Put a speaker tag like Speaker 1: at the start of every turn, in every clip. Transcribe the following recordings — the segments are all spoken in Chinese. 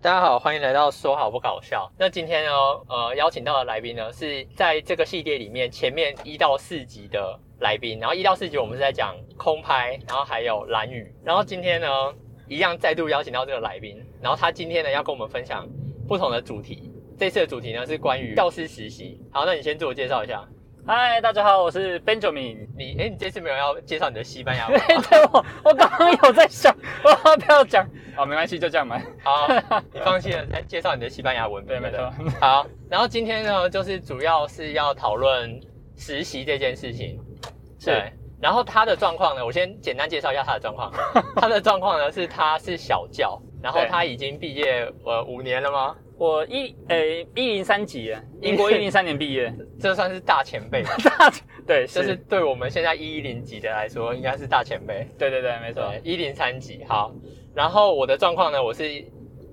Speaker 1: 大家好，欢迎来到说好不搞笑。那今天呢，呃，邀请到的来宾呢是在这个系列里面前面一到四集的来宾，然后一到四集我们是在讲空拍，然后还有蓝雨，然后今天呢一样再度邀请到这个来宾，然后他今天呢要跟我们分享不同的主题。这次的主题呢是关于教师实习。好，那你先自我介绍一下。
Speaker 2: 嗨，大家好，我是 Benjamin。？
Speaker 1: 你哎，你这次没有要介绍你的西班牙文
Speaker 2: 哎对，我我刚刚有在想，我要不要讲？哦，没关系，就这样吧。
Speaker 1: 好，你放弃了来介绍你的西班牙文
Speaker 2: 对，
Speaker 1: 明
Speaker 2: 没
Speaker 1: 了
Speaker 2: 错。
Speaker 1: 好，然后今天呢，就是主要是要讨论实习这件事情。
Speaker 2: 是
Speaker 1: 对，然后他的状况呢，我先简单介绍一下他的状况。他的状况呢是他是小教，然后
Speaker 2: 对
Speaker 1: 他已经毕业呃五年了吗？
Speaker 2: 我一呃一零三级耶，英国一零三年毕业。
Speaker 1: 这算是大前辈吧，
Speaker 2: 对，，
Speaker 1: 就是是对我们现在一零级的来说，应该是大前辈。
Speaker 2: 对对对，没错。
Speaker 1: 对，一零三级好。然后我的状况呢，我是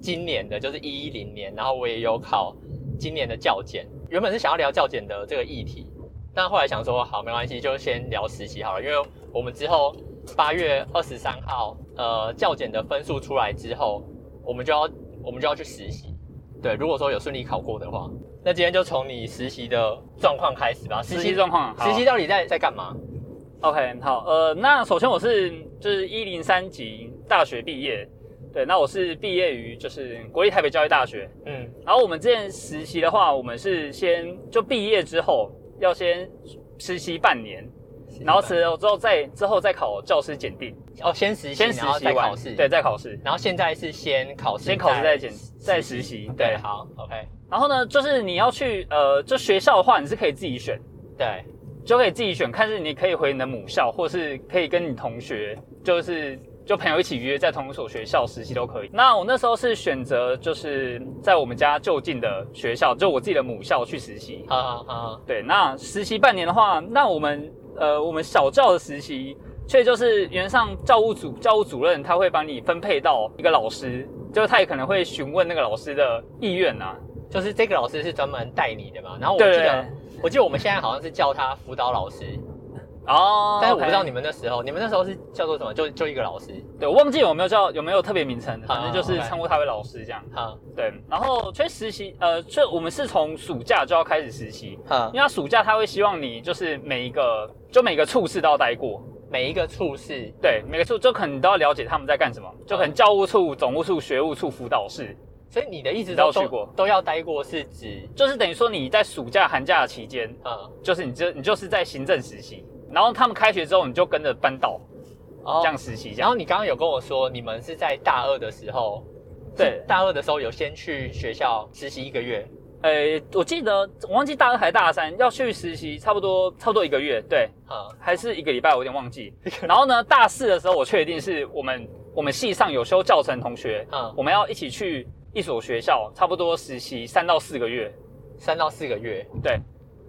Speaker 1: 今年的，就是一一零年，然后我也有考今年的教检。原本是想要聊教检的这个议题，但后来想说，好，没关系，就先聊实习好了，因为我们之后八月二十三号，呃，教检的分数出来之后，我们就要我们就要去实习。对，如果说有顺利考过的话，那今天就从你实习的状况开始吧。
Speaker 2: 实习状况，好
Speaker 1: 实习到底在在干嘛？
Speaker 2: OK，好，呃，那首先我是就是一零三级大学毕业，对，那我是毕业于就是国立台北教育大学。
Speaker 1: 嗯，
Speaker 2: 然后我们之前实习的话，我们是先就毕业之后要先实习半年，然后
Speaker 1: 是
Speaker 2: 辞了之后再之后再考教师检定，
Speaker 1: 哦，先实习，
Speaker 2: 先实
Speaker 1: 然后
Speaker 2: 习
Speaker 1: 再
Speaker 2: 完
Speaker 1: 考试，
Speaker 2: 对，再考试，
Speaker 1: 然后现在是先考试，
Speaker 2: 先考试再检再实习，
Speaker 1: 对，
Speaker 2: 对。
Speaker 1: 好，OK，
Speaker 2: 然后呢，就是你要去呃，就学校的话，你是可以自己选，
Speaker 1: 对，
Speaker 2: 就可以自己选，看是你可以回你的母校，或是可以跟你同学，就是就朋友一起约在同一所学校实习都可以。那我那时候是选择就是在我们家就近的学校，就我自己的母校去实习。
Speaker 1: 好好好，
Speaker 2: 对，那实习半年的话，那我们呃，我们小教的实习，却就是原上教务组教务主任他会把你分配到一个老师，就是他也可能会询问那个老师的意愿啊。
Speaker 1: 就是这个老师是专门带你的嘛，然后我记
Speaker 2: 对
Speaker 1: 得，我记得我们现在好像是叫他辅导老师，
Speaker 2: 哦，
Speaker 1: 但是我不知道
Speaker 2: OK
Speaker 1: 你们那时候，你们那时候是叫做什么？就就一个老师，
Speaker 2: 对我忘记有没有叫有没有特别名称，反正就
Speaker 1: 好
Speaker 2: 是
Speaker 1: 啊，OK
Speaker 2: 称呼他为老师这样。
Speaker 1: 哈
Speaker 2: 对，然后去实习，呃，这我们是从暑假就要开始实习，
Speaker 1: 哈
Speaker 2: 因为，他暑假他会希望你就是每一个就每个处室都要待过，
Speaker 1: 每一个处室，
Speaker 2: 对，每个处就可能都要了解他们在干什么，
Speaker 1: 嗯
Speaker 2: 就可能教务处、总务处、学务处、辅导室，
Speaker 1: 所以你的意思
Speaker 2: 都
Speaker 1: 都
Speaker 2: 有去过
Speaker 1: 都都要待过是指，
Speaker 2: 就是等于说你在暑假、寒假的期间，
Speaker 1: 嗯，
Speaker 2: 就是你这你就是在行政实习，然后他们开学之后你就跟着班导
Speaker 1: 哦
Speaker 2: 这样。实习，这
Speaker 1: 然
Speaker 2: 样
Speaker 1: 后你刚刚有跟我说，你们是在大二的时候，
Speaker 2: 对
Speaker 1: 是大二的时候有先去学校实习一个月，
Speaker 2: 呃，我记得我忘记大二还是大三要去实习，差不多差不多一个月，对，
Speaker 1: 嗯，
Speaker 2: 还是一个礼拜，我有点 忘记。然后呢，大四的时候我确定是我们我们系上有修教程同学，
Speaker 1: 嗯
Speaker 2: 我们要一起去一所学校，差不多实习三到四个月。
Speaker 1: 三到四个月，
Speaker 2: 对，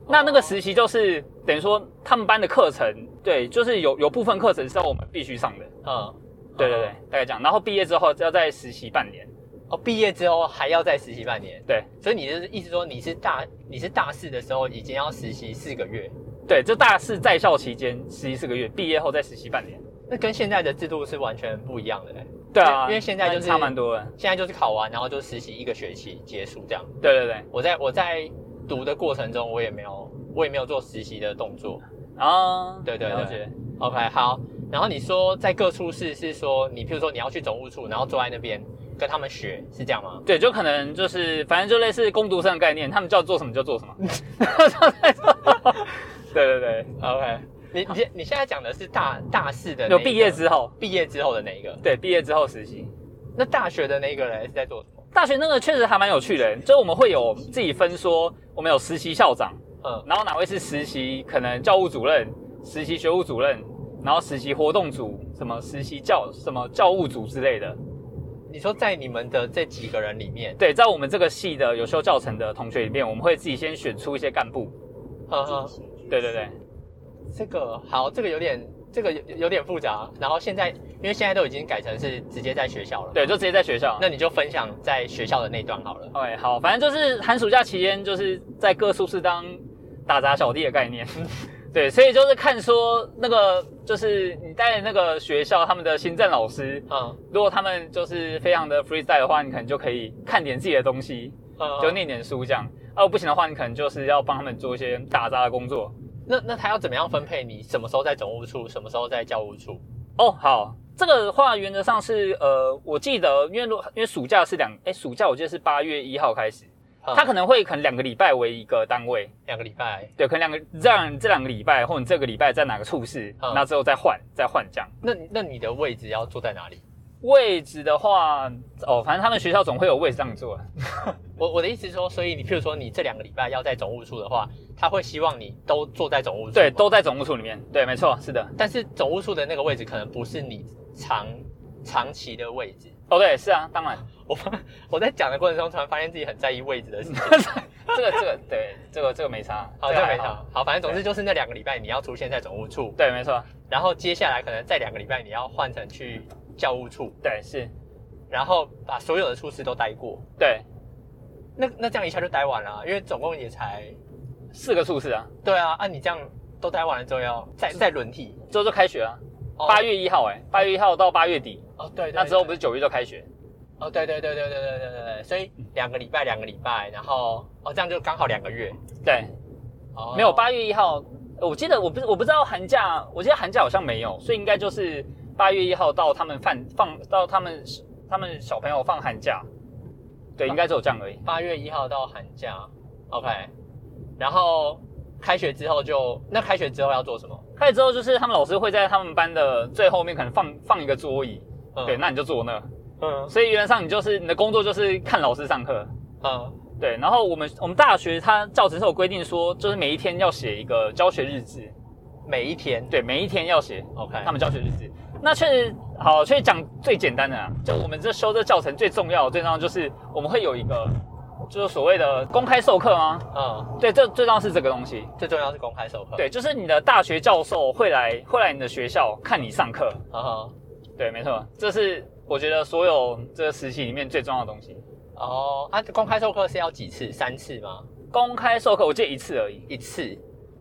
Speaker 2: 那
Speaker 1: 哦
Speaker 2: 那个实习就是等于说他们班的课程，对，就是有有部分课程是要我们必须上的。
Speaker 1: 嗯，
Speaker 2: 对对对，大概这样。然后毕业之后要再实习半年。
Speaker 1: 哦，毕业之后还要再实习半年，
Speaker 2: 对
Speaker 1: 所以你的意思说你是大你是大四的时候已经要实习四个月，
Speaker 2: 对，就大四在校期间实习四个月，毕业后再实习半年。
Speaker 1: 那跟现在的制度是完全不一样的嘞。
Speaker 2: 对啊，
Speaker 1: 因为现在就是
Speaker 2: 差蛮多的。
Speaker 1: 现在就是考完然后就实习一个学期结束这样。
Speaker 2: 对对对，
Speaker 1: 我在我在读的过程中，我也没有我也没有做实习的动作。
Speaker 2: 啊，
Speaker 1: 对对对
Speaker 2: 了解。
Speaker 1: OK，好。然后你说在各处室是说你，譬如说你要去总务处，然后坐在那边跟他们学，是这样吗？
Speaker 2: 对，就可能就是反正就类似攻读生的概念，他们叫做什么就做什么。 对对对，
Speaker 1: OK，你你你现在讲的是大大四的那
Speaker 2: 有
Speaker 1: 一个
Speaker 2: 毕业之后，
Speaker 1: 毕业之后的那一个，
Speaker 2: 对毕业之后实习。
Speaker 1: 那大学的那一个人是在做什么？
Speaker 2: 大学那个确实还蛮有趣的，就我们会有自己分说，我们有实习校长，
Speaker 1: 嗯，
Speaker 2: 然后哪位是实习可能教务主任、实习学务主任，然后实习活动组、什么实习教什么教务组之类的。
Speaker 1: 你说在你们的这几个人里面，
Speaker 2: 对，在我们这个系的有修教程的同学里面，我们会自己先选出一些干部。
Speaker 1: 呵呵，
Speaker 2: 对对对，
Speaker 1: 呃这个好，这个有点，这个有有点复杂。然后现在，因为现在都已经改成是直接在学校了，
Speaker 2: 对，就直接在学校。
Speaker 1: 那你就分享在学校的那段好了。
Speaker 2: OK，好，反正就是寒暑假期间，就是在各宿舍当打杂小弟的概念， 对，所以就是看说那个，就是你在那个学校他们的行政老师，
Speaker 1: 嗯
Speaker 2: 如果他们就是非常的 freestyle 的话，你可能就可以看点自己的东西，
Speaker 1: 嗯，
Speaker 2: 就念点书这样。哦、不行的话，你可能就是要帮他们做一些打杂的工作。
Speaker 1: 那那他要怎么样分配你？什么时候在总务处，什么时候在教务处？
Speaker 2: 哦，好，这个的话原则上是呃，我记得因为如因为暑假是两，哎，暑假我记得是八月一号开始，
Speaker 1: 嗯
Speaker 2: 他可能会可能两个礼拜为一个单位，
Speaker 1: 两个礼拜。
Speaker 2: 对，可能两个这样这两个礼拜或者你这个礼拜在哪个处室，
Speaker 1: 嗯
Speaker 2: 那之后再换再换这样。
Speaker 1: 那你那你的位置要坐在哪里？
Speaker 2: 位置的话，哦，反正他们学校总会有位置让你坐。
Speaker 1: 我我的意思是说，所以你譬如说你这两个礼拜要在总务处的话，他会希望你都坐在总务处。
Speaker 2: 对，。都在总务处里面。对，没错，是的。
Speaker 1: 但是总务处的那个位置可能不是你长长期的位置。
Speaker 2: 哦，对，是啊，当然，
Speaker 1: 我发我在讲的过程中，突然发现自己很在意位置的事情。
Speaker 2: 嗯这个这个对，这个这个没差，
Speaker 1: 好，这个没
Speaker 2: 还
Speaker 1: 差。啊好，反正总之就是那两个礼拜你要出现在总务处，
Speaker 2: 对，没错，
Speaker 1: 然后接下来可能再两个礼拜你要换成去教务处，
Speaker 2: 对是，
Speaker 1: 然后把所有的处室都待过。
Speaker 2: 对，
Speaker 1: 那那这样一下就待完了啊，因为总共也才
Speaker 2: 四个处室啊，
Speaker 1: 对啊，按、你这样都待完了之后要再再轮替。
Speaker 2: 之后就开学了，
Speaker 1: 哦
Speaker 2: 八、月一号、哎，八月一号到八月底，
Speaker 1: 哦对对
Speaker 2: 那之后不
Speaker 1: 是
Speaker 2: 是九月就开学？
Speaker 1: 哦对对对对对对对对对，所以
Speaker 2: 嗯
Speaker 1: 两个礼拜两个礼拜，然后哦这样就刚好两个月。
Speaker 2: 对，
Speaker 1: 哦
Speaker 2: 没有八月一号，呃我记得我不是我不知道寒假，我记得寒假好像没有，所以应该就是八月一号到他们放放到他们他们小朋友放寒假，对，应该只有这样而已。
Speaker 1: 八月一号到寒假，OK，然后开学之后就那开学之后要做什么？
Speaker 2: 开始之后就是他们老师会在他们班的最后面可能放放一个桌椅，
Speaker 1: 嗯
Speaker 2: 对，那你就坐那。
Speaker 1: 嗯
Speaker 2: 所以原则上你就是你的工作就是看老师上课，
Speaker 1: 嗯
Speaker 2: 对。然后我们我们大学它教职是有规定说，就是每一天要写一个教学日志，
Speaker 1: 每一天
Speaker 2: 对，每一天要写
Speaker 1: OK，
Speaker 2: 他们教学日志。那确实好，确实讲最简单的啊，就我们这修这教程最重要的，最重要就是我们会有一个就是所谓的公开授课吗？
Speaker 1: 嗯
Speaker 2: 对，这最重要是这个东西。
Speaker 1: 最重要是公开授课，，
Speaker 2: 对，就是你的大学教授会来会来你的学校看你上课，
Speaker 1: 嗯
Speaker 2: 对，没错，这是我觉得所有这个实习里面最重要的东西。
Speaker 1: 哦啊，公开授课是要几次？三次吗？
Speaker 2: 公开授课我记得一次而已，
Speaker 1: 一次。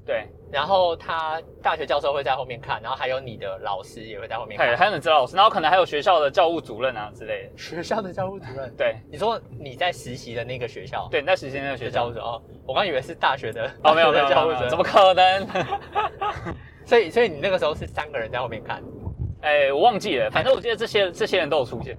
Speaker 2: 对，
Speaker 1: 然后他大学教授会在后面看，然后还有你的老师也会在后面
Speaker 2: 还
Speaker 1: 看。
Speaker 2: 还有你指导老师，然后可能还有学校的教务主任啊之类的，
Speaker 1: 学校的教务主任，
Speaker 2: 对，
Speaker 1: 你说你在实习的那个学校，
Speaker 2: 对，你在实习那个学
Speaker 1: 学教
Speaker 2: 校
Speaker 1: 务，主任哦，我刚以为是大学的
Speaker 2: 哦，没有没有
Speaker 1: 大
Speaker 2: 没
Speaker 1: 学的
Speaker 2: 有
Speaker 1: 教务
Speaker 2: 没
Speaker 1: 主
Speaker 2: 有，
Speaker 1: 任，
Speaker 2: 怎么？可能？
Speaker 1: 所以所以你那个时候是三个人在后面看，
Speaker 2: 哎，我忘记了，反正我记得这些这些人都有 出现。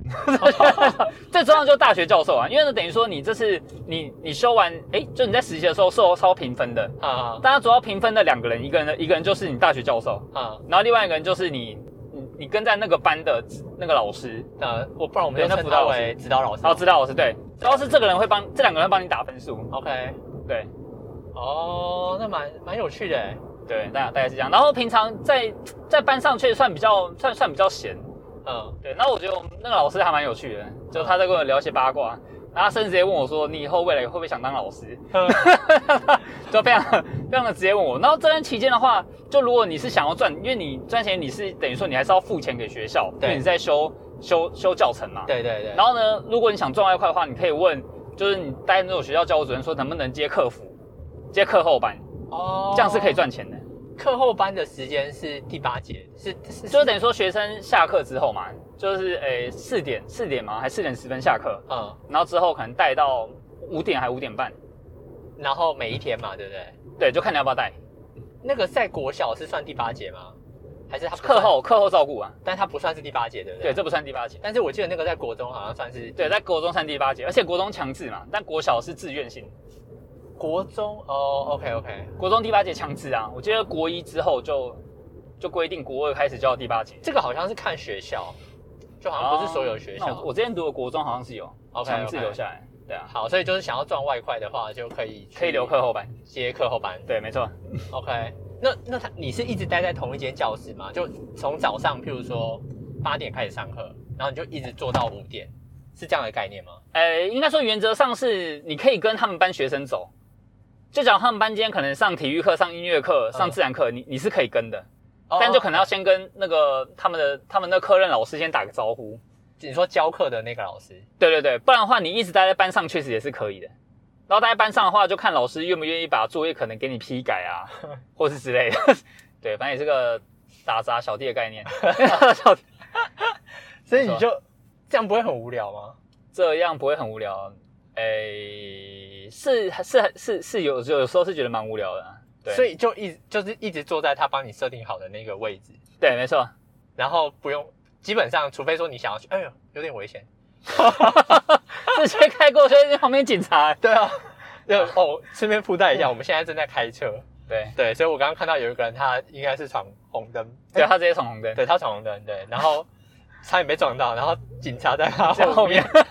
Speaker 2: 最重要就是大学教授啊，因为呢，等于说你这次你你修完，哎，就你在实习的时候受超评分的，
Speaker 1: 啊
Speaker 2: 大家主要评分的两个人，一个人一个人就是你大学教授，
Speaker 1: 啊
Speaker 2: 然后另外一个人就是你你你跟在那个班的那个老师，
Speaker 1: 呃，我不然我们就
Speaker 2: 对那
Speaker 1: 称
Speaker 2: 辅
Speaker 1: 他
Speaker 2: 导老师
Speaker 1: 为指导老师。
Speaker 2: 然后指导老师对，主要是这个人会帮这两个人会帮你打分数，
Speaker 1: OK，
Speaker 2: 对
Speaker 1: 哦，那蛮蛮有趣的欸，
Speaker 2: 对，大大概是这样。然后平常在在班上确实算比较算算比较闲，
Speaker 1: 嗯，
Speaker 2: 对。然后我觉得我们那个老师还蛮有趣的，就他在跟我聊一些八卦，然后他甚至直接问我说：“你以后未来会不会想当老师？” 就非常非常的直接问我。然后这段期间的话，就如果你是想要赚，因为你赚钱你是等于说你还是要付钱给学校，因
Speaker 1: 对
Speaker 2: 为你在修修修教程嘛，
Speaker 1: 对对对，
Speaker 2: 然后呢，如果你想赚外快的话，你可以问，就是你待那种学校教务主任说能不能接客服，接课后班，
Speaker 1: 哦
Speaker 2: 这样是可以。赚钱的。
Speaker 1: 课后班的时间是第八节，是是
Speaker 2: 就是等于说学生下课之后嘛，就是诶四点四点嘛，还四点十分下课，
Speaker 1: 嗯，
Speaker 2: 然后之后可能带到五点还五点半，
Speaker 1: 然后每一天嘛，对不对？
Speaker 2: 对，就看你要不要带。
Speaker 1: 那个在国小是算第八节吗？还啊是他
Speaker 2: 课？后课后照顾啊，
Speaker 1: 但它不算是第八节，对不啊对？
Speaker 2: 对，。这不算第八节。
Speaker 1: 但是我记得那个在国中好像算是
Speaker 2: 对，在国中算第八节，而且国中强制嘛，但国小是自愿性。
Speaker 1: 国中哦，OK OK，
Speaker 2: 国中第八节强制啊，我记得国一之后就就规定国二开始就要第八节。
Speaker 1: 这个好像是看学校，就好像不是所有学
Speaker 2: 哦那
Speaker 1: 校。
Speaker 2: 我我之前读的国中好像是有
Speaker 1: OK，OK
Speaker 2: 强制留下来，对啊，
Speaker 1: 好，所以就是想要赚外快的话，就可以去
Speaker 2: 可以留课后班。
Speaker 1: 接课后班。
Speaker 2: 对，没错。
Speaker 1: OK，那那他你是一直待在同一间教室吗？就从早上，譬如说八点开始上课，然后你就一直做到五点，是这样的概念吗？
Speaker 2: 呃，应该说原则上是你可以跟他们班学生走，就讲他们班今天可能上体育课、上音乐课、上自然课，你你是可以跟的，
Speaker 1: 哦
Speaker 2: 但就可能要先跟那个他们的他们的科任老师先打个招呼。
Speaker 1: 你说教课的那个老师
Speaker 2: 对对对，不然的话你一直待在班上确实也是可以的。然后大家班上的话，就看老师愿不愿意把作业可能给你批改啊，或是之类的。 对，反正也是个打杂小弟的概念。 小弟
Speaker 1: 所以你就这样不会很无聊吗？
Speaker 2: 这样不会很无聊？诶、是是是是有有时候是觉得蛮无聊的啊。对，
Speaker 1: 所
Speaker 2: 以
Speaker 1: 以就一就是一直坐在他帮你设定好的那个位置，
Speaker 2: 对，没错。
Speaker 1: 然后不用，基本上除非说你想要去，哎呦，有点危险。
Speaker 2: 直接开过去，旁边警察、
Speaker 1: 对啊， 就哦，顺便附带一下，我们现在正在开车，
Speaker 2: 对，
Speaker 1: 对，所以我刚刚看到有一个人，他应该是闯红灯，
Speaker 2: 对他直接闯红灯，
Speaker 1: 对他闯红灯，对，哎然后差点被撞到，然后警察在他
Speaker 2: 在
Speaker 1: 后
Speaker 2: 后
Speaker 1: 面
Speaker 2: 面，，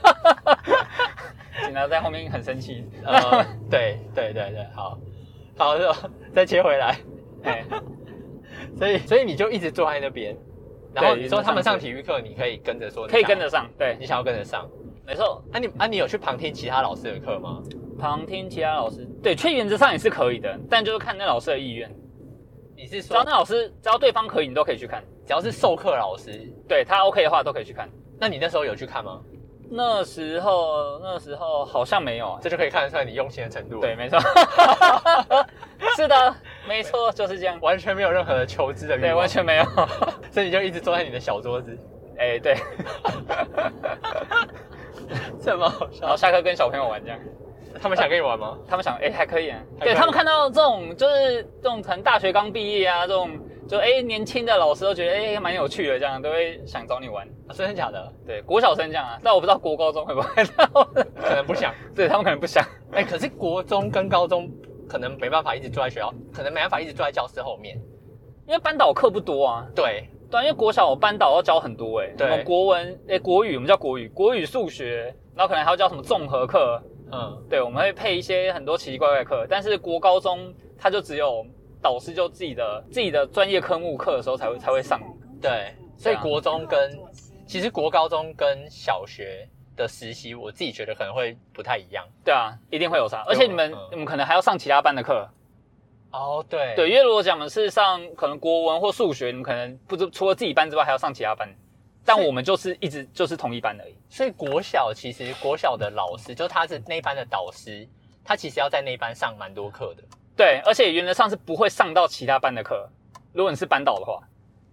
Speaker 2: 警察在后面很生气。
Speaker 1: 呃，对对对对，好，好，就再切回来，
Speaker 2: 哎，
Speaker 1: 所以所以你就一直坐在那边，然后
Speaker 2: 对
Speaker 1: 你说他们上
Speaker 2: 一直上去
Speaker 1: 体育课，你可以跟着说，
Speaker 2: 可以跟得，上，对，
Speaker 1: 你想要跟得上。
Speaker 2: 没错。
Speaker 1: 啊你啊你有去旁听其他老师的课吗？
Speaker 2: 旁听其他老师，对，却原则上也是可以的，但就是看那老师的意愿。
Speaker 1: 你是
Speaker 2: 只要
Speaker 1: 说
Speaker 2: 那老师，只要对方可以，你都可以去看。
Speaker 1: 只要是授课老师，
Speaker 2: 对他 OK 的话，都可以去看。
Speaker 1: 那你那时候有去看吗？
Speaker 2: 那时候，那时候好像没有啊。
Speaker 1: 这就可以看得出来你用心的程度。
Speaker 2: 对，，没错， 是的，没错，就是这样。
Speaker 1: 完全没有任何的求知的欲望，
Speaker 2: 对，完全没有。
Speaker 1: 所以你就一直坐在你的小桌子，
Speaker 2: 哎，对，
Speaker 1: 这么好笑
Speaker 2: 然后下课跟小朋友玩这样。
Speaker 1: 他们想跟你玩吗？
Speaker 2: 他们想，哎、还可以啊。
Speaker 1: 还可以
Speaker 2: 对他们看到这种，就是这种可能大学刚毕业啊，这种就哎、年轻的老师都觉得哎、蛮有趣的，这样都会想找你玩。
Speaker 1: 啊真的假的？
Speaker 2: 对，国小生这样啊，但我不知道国高中会不会 这样。
Speaker 1: 可能不想。
Speaker 2: 对他们可能不想。
Speaker 1: 哎、可是国中跟高中可能没办法一直坐在学校，可能没办法一直坐在教室后面。
Speaker 2: 因为班导课不多啊，
Speaker 1: 对，
Speaker 2: 对啊因为国小我班导要教很多哎、
Speaker 1: 对
Speaker 2: 什么国文哎、国语我们叫国语，国语数学，然后可能还要教什么综合课，
Speaker 1: 嗯，
Speaker 2: 对，我们会配一些很多奇奇怪怪的课，但是国高中它就只有导师就自己的自己的专业科目课的时候才会才会上，
Speaker 1: 对，所以
Speaker 2: 对啊
Speaker 1: 国中跟其实国高中跟小学的实习，我自己觉得可能会不太一样。
Speaker 2: 对啊，一定会有差，
Speaker 1: 对
Speaker 2: 而且你们、
Speaker 1: 嗯
Speaker 2: 你们可能还要上其他班的课，
Speaker 1: 哦，对，
Speaker 2: 对，因为如果讲的是上可能国文或数学，你们可能不知除了自己班之外还要上其他班，但
Speaker 1: 是
Speaker 2: 我们就是一直就是同一班而已，
Speaker 1: 所以国小其实国小的老师，就是他是那一班的导师，他其实要在那一班上蛮多课的。
Speaker 2: 对，而且原则上是不会上到其他班的课，如果你是班导的话，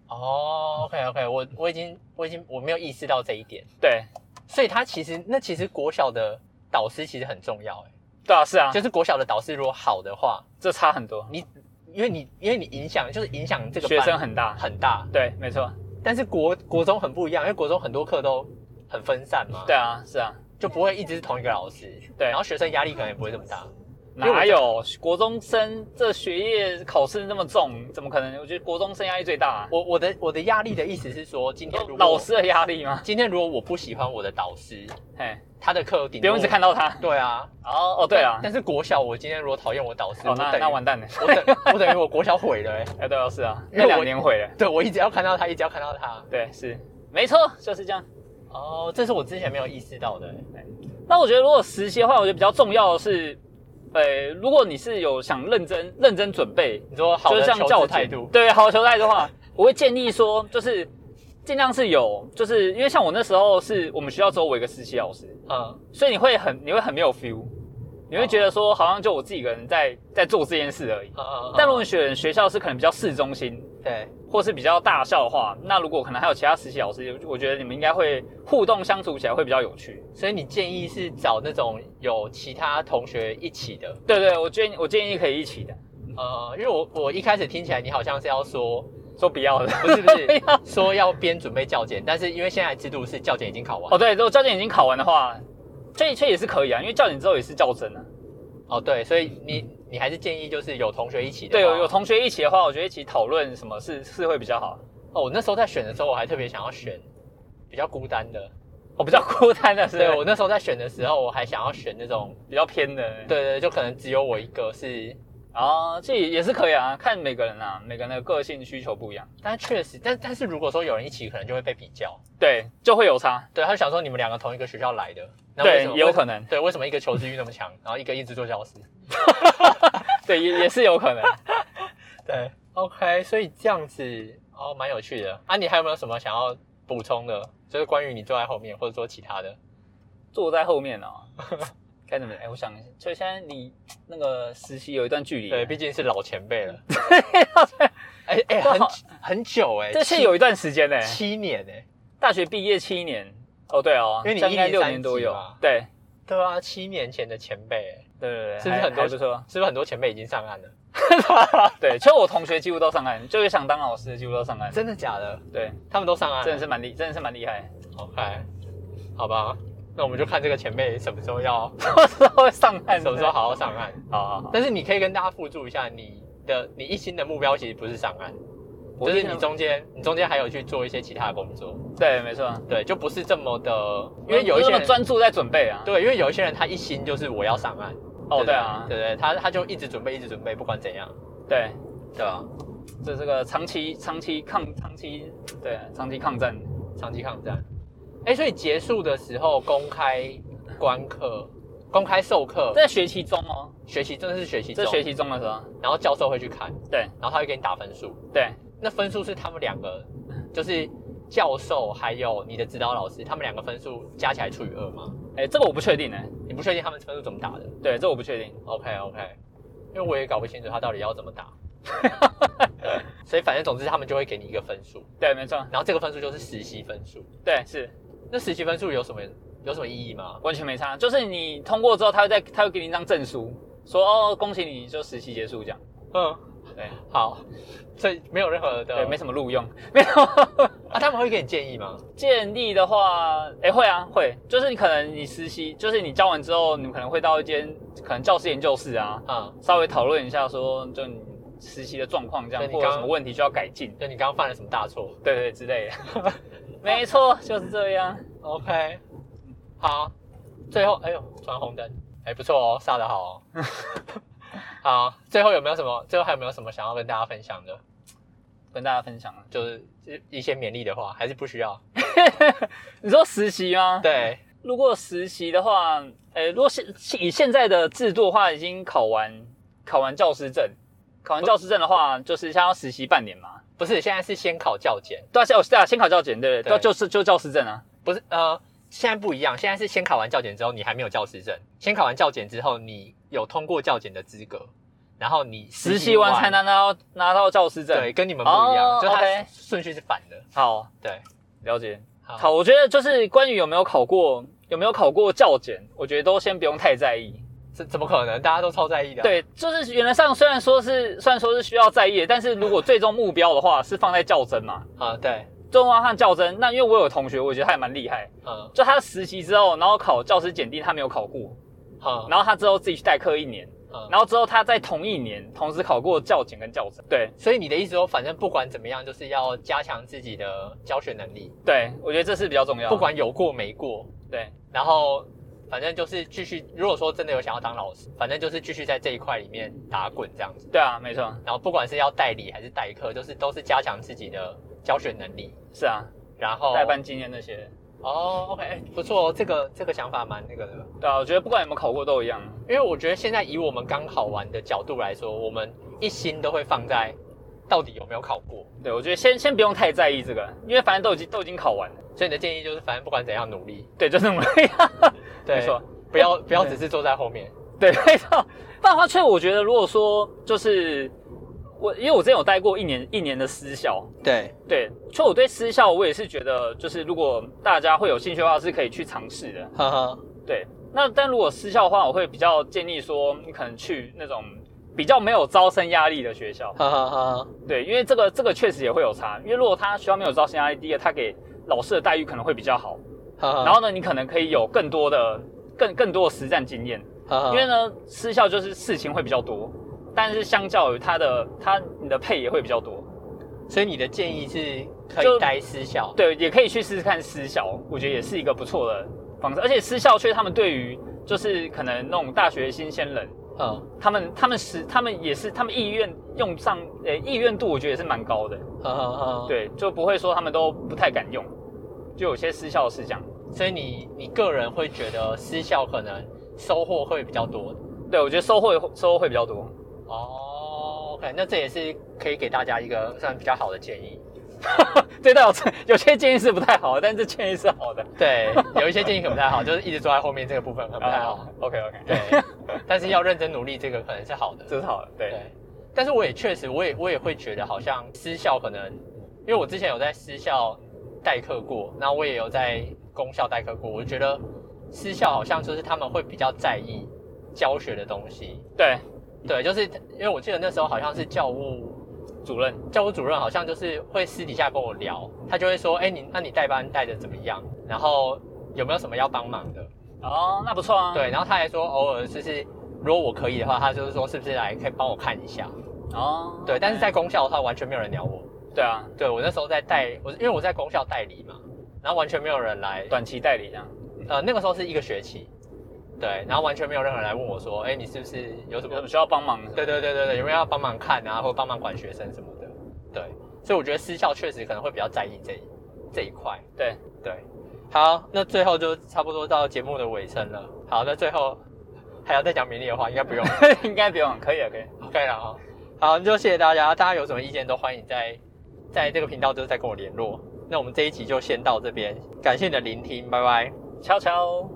Speaker 1: 哦，OK OK，我我已经我已经我没有意识到这一点，
Speaker 2: 对，
Speaker 1: 所以他其实那其实国小的导师其实很重要，哎、
Speaker 2: 对啊，是啊，就
Speaker 1: 就是国小的导师如果好的话，
Speaker 2: 这差很多，
Speaker 1: 因为你因为你影响就是影响这个
Speaker 2: 学
Speaker 1: 班
Speaker 2: 生很大，
Speaker 1: 很大，
Speaker 2: 对，没错，
Speaker 1: 但是国国中很不一样，因为国中很多课都很分散嘛，
Speaker 2: 对，啊，是啊，
Speaker 1: 就不会一直是同一个老师，
Speaker 2: 对啊
Speaker 1: 然后学生压力可能也不会这么大，因为我
Speaker 2: 哪有国中生这学业考试那么重，怎么可能？我觉得国中生压力最大、啊，
Speaker 1: 我我的我的压力的意思是说，今天如果
Speaker 2: 老师的压力吗？
Speaker 1: 今天如果我不喜欢我的导师，
Speaker 2: 嘿，
Speaker 1: 他的课顶
Speaker 2: 不用一直看
Speaker 1: 到。
Speaker 2: 到他。
Speaker 1: 对啊，
Speaker 2: 哦哦，对啊，
Speaker 1: 但是国小我今天如果讨厌我导师，
Speaker 2: 哦
Speaker 1: 我
Speaker 2: 那
Speaker 1: 等于
Speaker 2: 那完蛋了，
Speaker 1: 我等我等于我国小毁了、欸。
Speaker 2: 哎对啊是啊，
Speaker 1: 因为
Speaker 2: 那
Speaker 1: 我
Speaker 2: 两年毁了，
Speaker 1: 对，我一直要看到他，一直要看到他。
Speaker 2: 对是，没错就是这样。
Speaker 1: 哦，这是我之前没有意识到的、欸。
Speaker 2: 那我觉得如果实习的话，我觉得比较重要的是，呃，如果你是有想认真认真准备，
Speaker 1: 你说好
Speaker 2: 就是
Speaker 1: 的
Speaker 2: 像
Speaker 1: 求
Speaker 2: 教
Speaker 1: 职
Speaker 2: 我
Speaker 1: 态度，
Speaker 2: 对，好的球态度的话，我会建议说，就是尽量是有，就是因为像我那时候是我们学校只有我一个实习老师，
Speaker 1: 嗯，
Speaker 2: 所以你会很你会很没有 feel，你会觉得说好像就我自己一个人在在做这件事而已。
Speaker 1: 嗯嗯
Speaker 2: 但如果你选学校是可能比较市中心
Speaker 1: 对，
Speaker 2: 或是比较大校的话，那如果可能还有其他实习老师，我觉得你们应该会互动相处起来会比较有趣。
Speaker 1: 所以你建议是找那种有其他同学一起的。
Speaker 2: 对对，我建议我建议可以一起的，
Speaker 1: 呃，因为我我一开始听起来你好像是要说，
Speaker 2: 说不要的。
Speaker 1: 不是 不是，说要边准备教检，但是因为现在制度是教检已经考完
Speaker 2: 哦，。对，如果教检已经考完的话，这这也是可以啊，因为教检之后也是教甄啊。
Speaker 1: 哦，对，所以你你还是建议就是有同学一起的
Speaker 2: 对，
Speaker 1: 话。
Speaker 2: 有有同学一起的话，我觉得一起讨论什么是是会比较好。
Speaker 1: 哦，我那时候在选的时候，我还特别想要选比较孤单的。
Speaker 2: 我哦比较孤单的是，
Speaker 1: 对我
Speaker 2: 我
Speaker 1: 那时候在选的时候，我还想要选那种，
Speaker 2: 比较偏的。
Speaker 1: 对对，对就可能只有我一个是，
Speaker 2: 啊，这也也是可以啊，看每个人啊，每个人的个性需求不一样，
Speaker 1: 但确实，但但是如果说有人一起，可能就会被比较。
Speaker 2: 对，就会有差，
Speaker 1: 对，他就想说你们两个同一个学校来的，那为
Speaker 2: 对
Speaker 1: 什，么
Speaker 2: 也有可能，
Speaker 1: 对，为什么一个求知欲那么强，然后一个一直做教师？
Speaker 2: 对，也也是 有可能。
Speaker 1: 对，OK，所以这样子哦，蛮有趣的。啊，你还有没有什么想要补充的？就是关于你坐在后面，或者说其他的？
Speaker 2: 坐在后面哦，该怎么？哎，我想一下，就现在离那个实习有一段距离，
Speaker 1: 对，毕竟是老前 辈了。哎哎，
Speaker 2: 不
Speaker 1: 很
Speaker 2: 好
Speaker 1: 很久哎，
Speaker 2: 啊这是有一段时间呢、
Speaker 1: 七年哎，
Speaker 2: 大学毕业七年，哦对哦，
Speaker 1: 因为你
Speaker 2: 这样应该
Speaker 1: 一年
Speaker 2: 六
Speaker 1: 三
Speaker 2: 年多
Speaker 1: 级
Speaker 2: 有
Speaker 1: 嘛，
Speaker 2: 对
Speaker 1: 对啊，七年前的前辈哎，
Speaker 2: 对对对，
Speaker 1: 是不是
Speaker 2: 还
Speaker 1: 很多
Speaker 2: 还不错？
Speaker 1: 是不是很多前辈已经上岸了？
Speaker 2: 对，其实我同学几乎都上岸，就是想当老师的几乎都 上岸，
Speaker 1: 真的假的？
Speaker 2: 对，
Speaker 1: 他们都上岸
Speaker 2: 真的
Speaker 1: 了
Speaker 2: 是蛮厉，真的是蛮 厉害，
Speaker 1: ？OK，好吧，那我们就看这个前辈什么时候要，
Speaker 2: 什么时候会上岸？
Speaker 1: 什么时候？好好上岸。
Speaker 2: 好好好，
Speaker 1: 但是你可以跟大家附注一下，你的你一心的目标其实不是上岸，
Speaker 2: 我
Speaker 1: 就是
Speaker 2: 一
Speaker 1: 你
Speaker 2: 直
Speaker 1: 中间你中间还有去做一些其他的工作，
Speaker 2: 对，没错，
Speaker 1: 对，就不是这么的，因为有一些
Speaker 2: 那么
Speaker 1: 人
Speaker 2: 专注在准备啊，
Speaker 1: 对，因为有一些人他一心就是我要上岸，
Speaker 2: 哦
Speaker 1: 不
Speaker 2: 对啊，
Speaker 1: 对不对，他他就一直准备一直准备，不管怎样，
Speaker 2: 对，
Speaker 1: 对啊，
Speaker 2: 这是个长期长期抗长期对长期抗战，
Speaker 1: 长期抗战，哎，所以结束的时候公开观课。公开授课，
Speaker 2: 在学期中哦，
Speaker 1: 学习真的是学习
Speaker 2: 这
Speaker 1: 中，
Speaker 2: 学期中的时候，
Speaker 1: 然后教授会去看，
Speaker 2: 对
Speaker 1: 然后他会给你打分数。
Speaker 2: 对
Speaker 1: 那分数是他们两个，就是教授还有你的指导老师，他们两个分数加起来除以二吗？
Speaker 2: 哎，这个我不确定呢。
Speaker 1: 你不确定他们分数怎么打的
Speaker 2: 对，这我不确定。
Speaker 1: ？OK OK，因为我也搞不清楚他到底要怎么打。 对所以反正总之他们就会给你一个分数，
Speaker 2: 对，没错，
Speaker 1: 然后这个分数就是实习分数。
Speaker 2: 对，是
Speaker 1: 那实习分数有什么有什么意义吗？
Speaker 2: 完全没差。就是你通过之后，他会再，他会给你一张证书，说哦，恭喜你，就实习结束这样。
Speaker 1: 嗯，
Speaker 2: 对，
Speaker 1: 好，所以没有任何的
Speaker 2: 对，没什么录用，没有。
Speaker 1: 啊，他们会给你建议吗？
Speaker 2: 建立的话，哎，会啊，会，就是你可能你实习，就是你教完之后，你们可能会到一间可能教师研究室啊，
Speaker 1: 啊、
Speaker 2: 稍微讨论一下说，就你实习的状况这样，
Speaker 1: 对你
Speaker 2: 或者有
Speaker 1: 刚
Speaker 2: 什么问题需要改进，
Speaker 1: 就你刚刚犯了什么大错？
Speaker 2: 对对之类的。 没错，就是这样。
Speaker 1: OK，好，最后哎呦，转红灯，哎不错哦，刹得 好、哦。好，最后有没有什么？最后还有没有什么想要跟大家分享的？
Speaker 2: 跟大家分享了，
Speaker 1: 就是一些勉励的话，还是不需要？
Speaker 2: 你说实习吗？
Speaker 1: 对，
Speaker 2: 如果实习的话，呃，如果现以现在的制度的话，已经考完考完教师证，考完教师证的话，就是像要实习半年嘛。
Speaker 1: 不是，现在是先考教检，
Speaker 2: 对啊，先对啊，先考教检，对不对？
Speaker 1: 对
Speaker 2: 对，就是就教师证啊。
Speaker 1: 不是呃，现在不一样，现在是先考完教检之后，你还没有教师证，先考完教检之后，你有通过教检的资格，然后你
Speaker 2: 实习完才能拿到拿到教师证。
Speaker 1: 对，，跟你们不一样，
Speaker 2: 哦
Speaker 1: 就它
Speaker 2: OK
Speaker 1: 顺序是反的，
Speaker 2: 好，
Speaker 1: 对，
Speaker 2: 了解。
Speaker 1: 好
Speaker 2: 好，我觉得就是关于有没有考过有没有考过教检，我觉得都先不用太在意。
Speaker 1: 这怎么可能？大家都超在意的啊、
Speaker 2: 对，就是原则上虽然说是虽然说是需要在意的，但是如果最终目标的话是放在较真嘛，
Speaker 1: 啊，对，
Speaker 2: 最终和较真。那因为我有同学，我觉得他也蛮厉害。
Speaker 1: 嗯，
Speaker 2: 就他实习之后，然后考教师检定，他没有考过，
Speaker 1: 好、
Speaker 2: 然后他之后自己去代课一年，
Speaker 1: 嗯
Speaker 2: 然后之后他在同一年同时考过教检跟教证。对
Speaker 1: 所以你的意思说，反正不管怎么样，就是要加强自己的教学能力，
Speaker 2: 对，啊我觉得这是比较重要的。
Speaker 1: 不管有过没过，
Speaker 2: 对
Speaker 1: 然后反正就是继续。如果说真的有想要当老师，反正就是继续在这一块里面打滚这样子。
Speaker 2: 对啊，没错，
Speaker 1: 然后不管是要代理还是代课，就是都是加强自己的教学能力。
Speaker 2: 是啊，
Speaker 1: 然后
Speaker 2: 代办经验那些，
Speaker 1: 哦，OK，哎不错哦，这个这个想法蛮那个的。
Speaker 2: 对啊，我觉得不管有没有考过都一样。啊
Speaker 1: 因为我觉得现在以我们刚考完的角度来说，我们一心都会放在到底有没有考过。
Speaker 2: 对，我觉得先先不用太在意这个，因为反正都已经都已经考完了。
Speaker 1: 所以你的建议就是，反正不管怎样努力，
Speaker 2: 对，就这么累啊。
Speaker 1: 对
Speaker 2: 没错，
Speaker 1: 不要不要只是坐在后面。
Speaker 2: 对，没错。不然的话，确实我觉得，如果说就是我，因为我之前有待过一年一年的私校，
Speaker 1: 对，
Speaker 2: 对，所以我对私校我也是觉得，就是如果大家会有兴趣的话，是可以去尝试的。
Speaker 1: 呵呵，
Speaker 2: 对，那但如果私校的话，我会比较建议说，你可能去那种比较没有招生压力的学校。
Speaker 1: 呵呵呵，
Speaker 2: 对，因为这个这个确实也会有差，因为如果他学校没有招生压力，第一个他给老师的待遇可能会比较好，
Speaker 1: 呵呵
Speaker 2: 然后呢，你可能可以有更多的更更多的实战经验，
Speaker 1: 呵呵
Speaker 2: 因为呢，私校就是事情会比较多，但是相较于他的他你的配也会比较多。
Speaker 1: 所以你的建议是可以
Speaker 2: 就
Speaker 1: 待私校。
Speaker 2: 对，也可以去试试看私校，我觉得也是一个不错的方式。而且私校却他们对于就是可能那种大学新鲜人，
Speaker 1: 嗯，
Speaker 2: 他们他们是他们也是他们意愿用上，呃、意愿度我觉得也是蛮高的。
Speaker 1: 呵呵呵，。
Speaker 2: 对，就不会说他们都不太敢用，就有些私校是这样。
Speaker 1: 所以你你个人会觉得私校可能收获会比较多。
Speaker 2: 对，我觉得收获收获会比较多。
Speaker 1: 哦，OK，那这也是可以给大家一个算比较好的建议。
Speaker 2: 对，但有有些建议是 不太好的，但这建议是好的。
Speaker 1: 对，有一些建议可能不太好，就是一直坐在后面这个部分可能不太好。
Speaker 2: OK OK，
Speaker 1: 哦对， 但是要认真努力，这个可能是好的。
Speaker 2: 这是好的。对，
Speaker 1: 对，但是我也确实，我也我也会觉得好像私校可能，因为我之前有在私校代课过，那我也有在公校代课过，我觉得私校好像就是他们会比较在意教学的东西，
Speaker 2: 对，
Speaker 1: 对，就是因为我记得那时候好像是教务
Speaker 2: 主任，
Speaker 1: 教务主任好像就是会私底下跟我聊，他就会说，哎，你那你带班带的怎么样？然后有没有什么要帮忙的？
Speaker 2: 哦，那不错啊。，
Speaker 1: 对，然后他还说偶尔就是如果我可以的话，他就是说是不是来可以帮我看一下？
Speaker 2: 哦，
Speaker 1: 对，但是在
Speaker 2: OK
Speaker 1: 公校的话，完全没有人鸟我。
Speaker 2: 对啊，
Speaker 1: 对我那时候在代，我因为我在公校代理嘛，然后完全没有人来，
Speaker 2: 短期代理这样。
Speaker 1: 呃，那个时候是一个学期，对，然后完全没有任何人来问我说，哎，你是不是有什
Speaker 2: 有什
Speaker 1: 么
Speaker 2: 么？需要帮忙？
Speaker 1: 对，对对对对，有没有要帮忙看啊，或帮忙管学生什么的？对，所以我觉得私校确实可能会比较在意这一这一块。
Speaker 2: 对，
Speaker 1: 对，好，那最后就差不多到节目的尾声了。好，那最后还要再讲名利的话，应该不用了。
Speaker 2: 应该不用，可以了，可以。
Speaker 1: OK 了哈。好，就谢谢大家，大家有什么意见都欢迎在在这个频道就是再跟我联络。那我们这一集就先到这边，感谢你的聆听，拜拜。
Speaker 2: 悄悄。